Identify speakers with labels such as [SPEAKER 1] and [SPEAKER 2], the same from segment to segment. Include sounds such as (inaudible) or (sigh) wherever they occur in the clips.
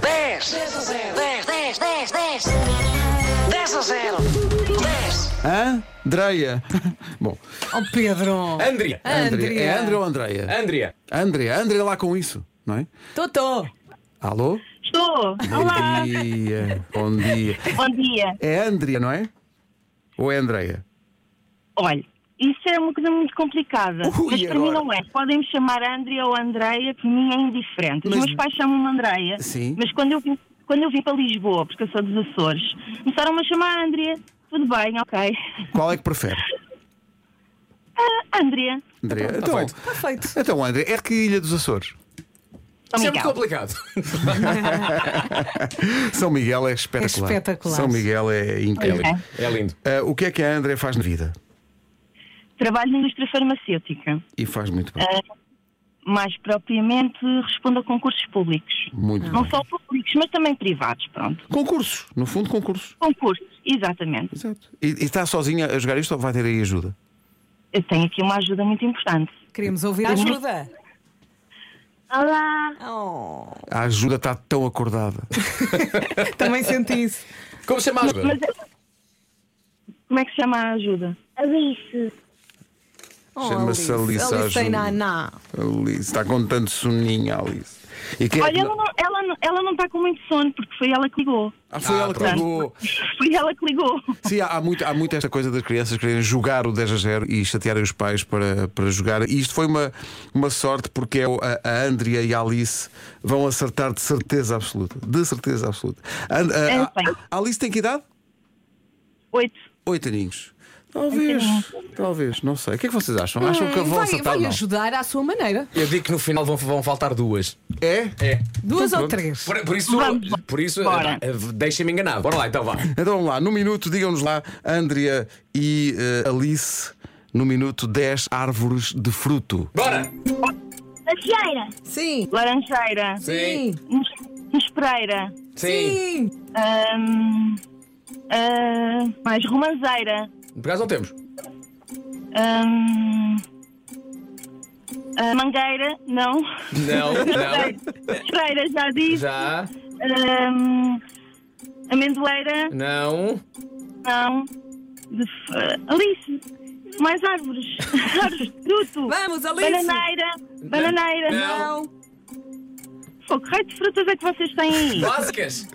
[SPEAKER 1] 10, 10 a 0. 10, 10, 10, 10. 10 a 0. 10.
[SPEAKER 2] Hã?
[SPEAKER 3] (laughs)
[SPEAKER 2] Andreia. Bom,
[SPEAKER 3] Oh, Pedro.
[SPEAKER 4] Andrea.
[SPEAKER 2] Andrea. É
[SPEAKER 3] Andrea.
[SPEAKER 2] Andrea ou Andreia?
[SPEAKER 4] Andrea.
[SPEAKER 2] Andrea, Andrea lá com isso, não é?
[SPEAKER 3] Totó.
[SPEAKER 2] Alô?
[SPEAKER 5] Estou.
[SPEAKER 2] Bom
[SPEAKER 5] Olá.
[SPEAKER 2] dia, bom dia.
[SPEAKER 5] Bom dia.
[SPEAKER 2] É Andrea, não é? Ou é Andreia?
[SPEAKER 5] Olha, isso é uma coisa muito complicada.
[SPEAKER 2] Ui,
[SPEAKER 5] mas para mim
[SPEAKER 2] agora?
[SPEAKER 5] não é. Podem me chamar Andrea ou Andreia, para mim é indiferente. Os
[SPEAKER 2] Mas-
[SPEAKER 5] meus pais chamam-me Andreia.
[SPEAKER 2] Sim.
[SPEAKER 5] Mas quando eu, vim, quando eu vim para Lisboa, porque eu sou dos Açores, começaram-me a chamar Andrea. Tudo bem, ok.
[SPEAKER 2] Qual é que prefere?
[SPEAKER 5] Ah, Andrea.
[SPEAKER 2] Andrea. Então,
[SPEAKER 4] feito.
[SPEAKER 3] Está tá feito.
[SPEAKER 2] então Andrea, é de que ilha dos Açores?
[SPEAKER 5] São
[SPEAKER 4] Isso é muito
[SPEAKER 5] Então, Miguel.
[SPEAKER 4] complicado.
[SPEAKER 2] São Miguel é espetacular.
[SPEAKER 3] É espetacular.
[SPEAKER 2] São Miguel é incrível.
[SPEAKER 5] É.
[SPEAKER 4] É lindo.
[SPEAKER 2] Ah, o que é que a Andrea faz na vida?
[SPEAKER 5] Trabalho na indústria farmacêutica.
[SPEAKER 2] E faz muito bem.
[SPEAKER 5] Mais propriamente, respondo a concursos públicos.
[SPEAKER 2] Muito
[SPEAKER 5] Não
[SPEAKER 2] bem.
[SPEAKER 5] só públicos, mas também privados, pronto.
[SPEAKER 2] Concursos, no fundo, concursos.
[SPEAKER 5] Concursos, exatamente.
[SPEAKER 2] Exato. E, e está sozinha a jogar isto ou vai ter aí ajuda?
[SPEAKER 5] Eu tenho aqui uma ajuda muito importante.
[SPEAKER 3] Queremos ouvir a ajuda.
[SPEAKER 5] Olá.
[SPEAKER 3] Oh,
[SPEAKER 2] A ajuda está tão acordada.
[SPEAKER 3] também senti isso.
[SPEAKER 4] Como se chama a ajuda?
[SPEAKER 5] Mas, como é que se chama a ajuda?
[SPEAKER 6] Alice,
[SPEAKER 3] Oh,
[SPEAKER 2] Chama-se Alice
[SPEAKER 3] Alice. Alice
[SPEAKER 2] Ajuda.
[SPEAKER 3] tem naná.
[SPEAKER 2] Alice, está com tanto soninho, Alice. E quem é que
[SPEAKER 5] Olha, ela
[SPEAKER 2] não-
[SPEAKER 5] não, ela, não- ela não está com muito sono, porque foi ela que ligou.
[SPEAKER 2] Ah, foi
[SPEAKER 4] Ah,
[SPEAKER 2] ela que
[SPEAKER 4] pronto.
[SPEAKER 2] ligou.
[SPEAKER 5] (laughs) Foi ela que ligou.
[SPEAKER 2] Sim, há, há muito, há muito esta coisa das crianças quererem jogar o 10 a 0 e chatearem os pais para, para jogar. E isto foi uma, uma sorte porque é o- a, a Andrea e a Alice vão acertar de certeza absoluta. De certeza absoluta. And- a-
[SPEAKER 5] É,
[SPEAKER 2] a-
[SPEAKER 5] bem.
[SPEAKER 2] a Alice tem que idade?
[SPEAKER 5] Oito.
[SPEAKER 2] Oito aninhos. Talvez, talvez, não sei. O que é que vocês acham? Acham que
[SPEAKER 3] Hum,
[SPEAKER 2] vão
[SPEAKER 3] vai,
[SPEAKER 2] acertar?
[SPEAKER 3] vai
[SPEAKER 2] ou Não?
[SPEAKER 3] ajudar à sua maneira.
[SPEAKER 4] Eu digo que no final vão, vão faltar duas.
[SPEAKER 2] É?
[SPEAKER 4] É.
[SPEAKER 3] Duas
[SPEAKER 2] Então pronto.
[SPEAKER 3] ou três.
[SPEAKER 4] Por, por isso,
[SPEAKER 5] Vamos.
[SPEAKER 4] por isso
[SPEAKER 5] Bora.
[SPEAKER 4] eh, deixem-me enganar. Bora lá, então vá.
[SPEAKER 2] Então vamos lá, no minuto, digam-nos lá, Andrea e eh, Alice, no minuto 10 árvores de fruto.
[SPEAKER 4] Bora!
[SPEAKER 6] macieira,
[SPEAKER 3] Sim.
[SPEAKER 5] Laranjeira.
[SPEAKER 3] Sim.
[SPEAKER 5] Nos- Nespreira.
[SPEAKER 3] Sim.
[SPEAKER 5] Ahm, ah, mais romanzeira.
[SPEAKER 4] Por acaso não temos.
[SPEAKER 5] Ahm, ah, mangueira,
[SPEAKER 2] (laughs)
[SPEAKER 5] não.
[SPEAKER 4] Não, não.
[SPEAKER 5] Estreira, já disse.
[SPEAKER 4] Já.
[SPEAKER 5] Ahm, amendoeira,
[SPEAKER 4] Não.
[SPEAKER 5] não. De f- Alice, mais árvores. (laughs) árvores de fruto.
[SPEAKER 3] Vamos, Alice.
[SPEAKER 5] Bananeira, bananeira.
[SPEAKER 4] Não.
[SPEAKER 5] Pô, que raio de frutas é que vocês têm aí?
[SPEAKER 4] Básicas.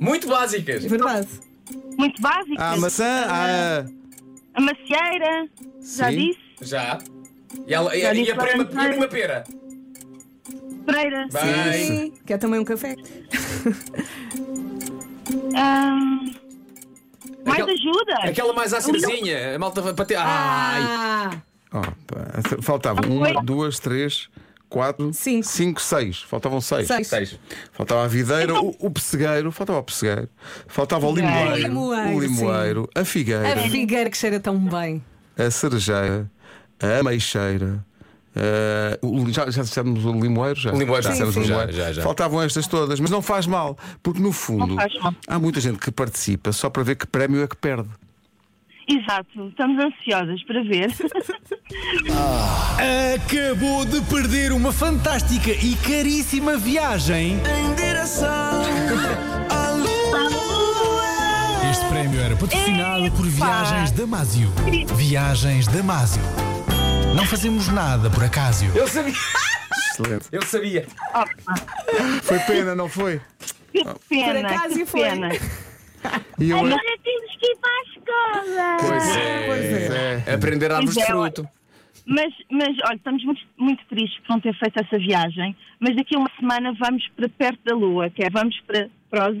[SPEAKER 4] Muito básicas.
[SPEAKER 3] É verdade.
[SPEAKER 5] Muito básicas.
[SPEAKER 2] Há a Ah, maçã, há. a-
[SPEAKER 5] A macieira, já
[SPEAKER 2] Sim.
[SPEAKER 5] disse.
[SPEAKER 4] Já. E, ela, e,
[SPEAKER 5] Já
[SPEAKER 4] e
[SPEAKER 5] disse
[SPEAKER 4] a, prima, e a
[SPEAKER 5] laranjeira.
[SPEAKER 4] prima pera.
[SPEAKER 5] Pereira.
[SPEAKER 4] Bem.
[SPEAKER 3] Sim. Quer também um café?
[SPEAKER 5] Ahm, mais
[SPEAKER 4] Aquela-
[SPEAKER 5] ajuda.
[SPEAKER 4] Aquela mais ácidazinha. A malta vai bater. Ai.
[SPEAKER 3] Ah,
[SPEAKER 2] Oh, pá, faltavam uma, duas, três, quatro,
[SPEAKER 3] Cinco.
[SPEAKER 2] cinco, seis. Faltavam seis.
[SPEAKER 3] Seis.
[SPEAKER 4] Seis.
[SPEAKER 2] Faltava a videira, o, o pessegueiro, faltava o pessegueiro, faltava o limoeiro,
[SPEAKER 3] Limoeiro,
[SPEAKER 2] o limoeiro, a
[SPEAKER 3] a
[SPEAKER 2] figueira,
[SPEAKER 3] figueira que cheira tão bem.
[SPEAKER 2] a, cerejeira, a ameixeira. eh, o li- já, já dissemos o limoeiro? Já,
[SPEAKER 4] O limoeiro,
[SPEAKER 2] já
[SPEAKER 4] sim,
[SPEAKER 2] dissemos
[SPEAKER 4] sim.
[SPEAKER 2] o limoeiro.
[SPEAKER 4] Já, já, já.
[SPEAKER 2] Faltavam estas todas, mas não faz mal, porque no fundo
[SPEAKER 5] Não faz mal.
[SPEAKER 2] há muita gente que participa só para ver que prémio é que perde.
[SPEAKER 5] Exato, estamos ansiosas para ver.
[SPEAKER 7] Acabou de perder uma fantástica e caríssima viagem em direção à lua. Este prémio era patrocinado por Viagens Damásio. Viagens Damásio. Não fazemos nada por acaso.
[SPEAKER 4] Eu sabia.
[SPEAKER 2] Excelente.
[SPEAKER 4] Eu sabia.
[SPEAKER 2] Foi pena, não foi?
[SPEAKER 5] (laughs) Que pena,
[SPEAKER 3] acaso
[SPEAKER 5] que
[SPEAKER 3] foi.
[SPEAKER 5] pena.
[SPEAKER 2] E eu.
[SPEAKER 6] agora temos que ir para a escola.
[SPEAKER 4] Pois é.
[SPEAKER 2] Pois é.
[SPEAKER 4] Aprender árvores de
[SPEAKER 5] Pois é,
[SPEAKER 4] fruto.
[SPEAKER 5] Mas, mas olha, estamos muito, muito tristes por não ter feito essa viagem, mas daqui a uma semana vamos para perto da Lua, que é vamos para, para os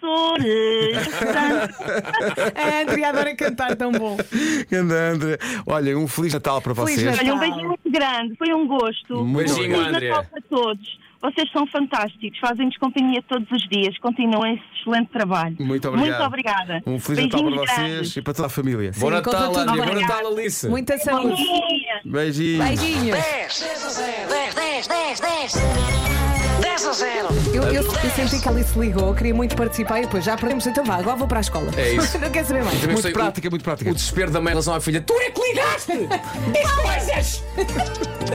[SPEAKER 5] Açores. Portanto,
[SPEAKER 3] A Andrea adora cantar tão bom.
[SPEAKER 2] Grande André. Olha, um Feliz Natal para
[SPEAKER 3] Feliz
[SPEAKER 2] vocês.
[SPEAKER 3] Natal.
[SPEAKER 5] olha, um beijinho muito grande, foi um gosto.
[SPEAKER 2] Muito
[SPEAKER 4] Beijinho,
[SPEAKER 5] Feliz
[SPEAKER 4] Andrea.
[SPEAKER 5] Natal para todos. Vocês são fantásticos, fazem-nos companhia todos os dias, continuem esse excelente trabalho.
[SPEAKER 2] Muito obrigado.
[SPEAKER 5] Muito obrigada.
[SPEAKER 2] Um Feliz Natal para
[SPEAKER 5] Beijinhos
[SPEAKER 2] vocês
[SPEAKER 5] grandes.
[SPEAKER 2] e para toda a família.
[SPEAKER 4] Bom
[SPEAKER 3] conta
[SPEAKER 4] Natal,
[SPEAKER 3] tudo.
[SPEAKER 4] André. Bom
[SPEAKER 5] Obrigada.
[SPEAKER 4] Natal, Alice.
[SPEAKER 3] Muita
[SPEAKER 5] Bom
[SPEAKER 3] saúde.
[SPEAKER 5] dia.
[SPEAKER 2] Beijinhos.
[SPEAKER 3] Beijinhos.
[SPEAKER 1] 10, 10 a 0. 10, 10, 10, 10. 10 a 0.
[SPEAKER 3] Eu, eu, eu senti que a Alice ligou, eu queria muito participar e depois já perdemos. Então vá, agora vou para a escola.
[SPEAKER 4] É isso.
[SPEAKER 3] (laughs) Não quero saber mais.
[SPEAKER 4] Também
[SPEAKER 2] Muito
[SPEAKER 4] sei o-
[SPEAKER 2] prática, muito prática.
[SPEAKER 5] (laughs)
[SPEAKER 4] O desespero da mãe em relação à filha. Tu é que ligaste! Diz coisas!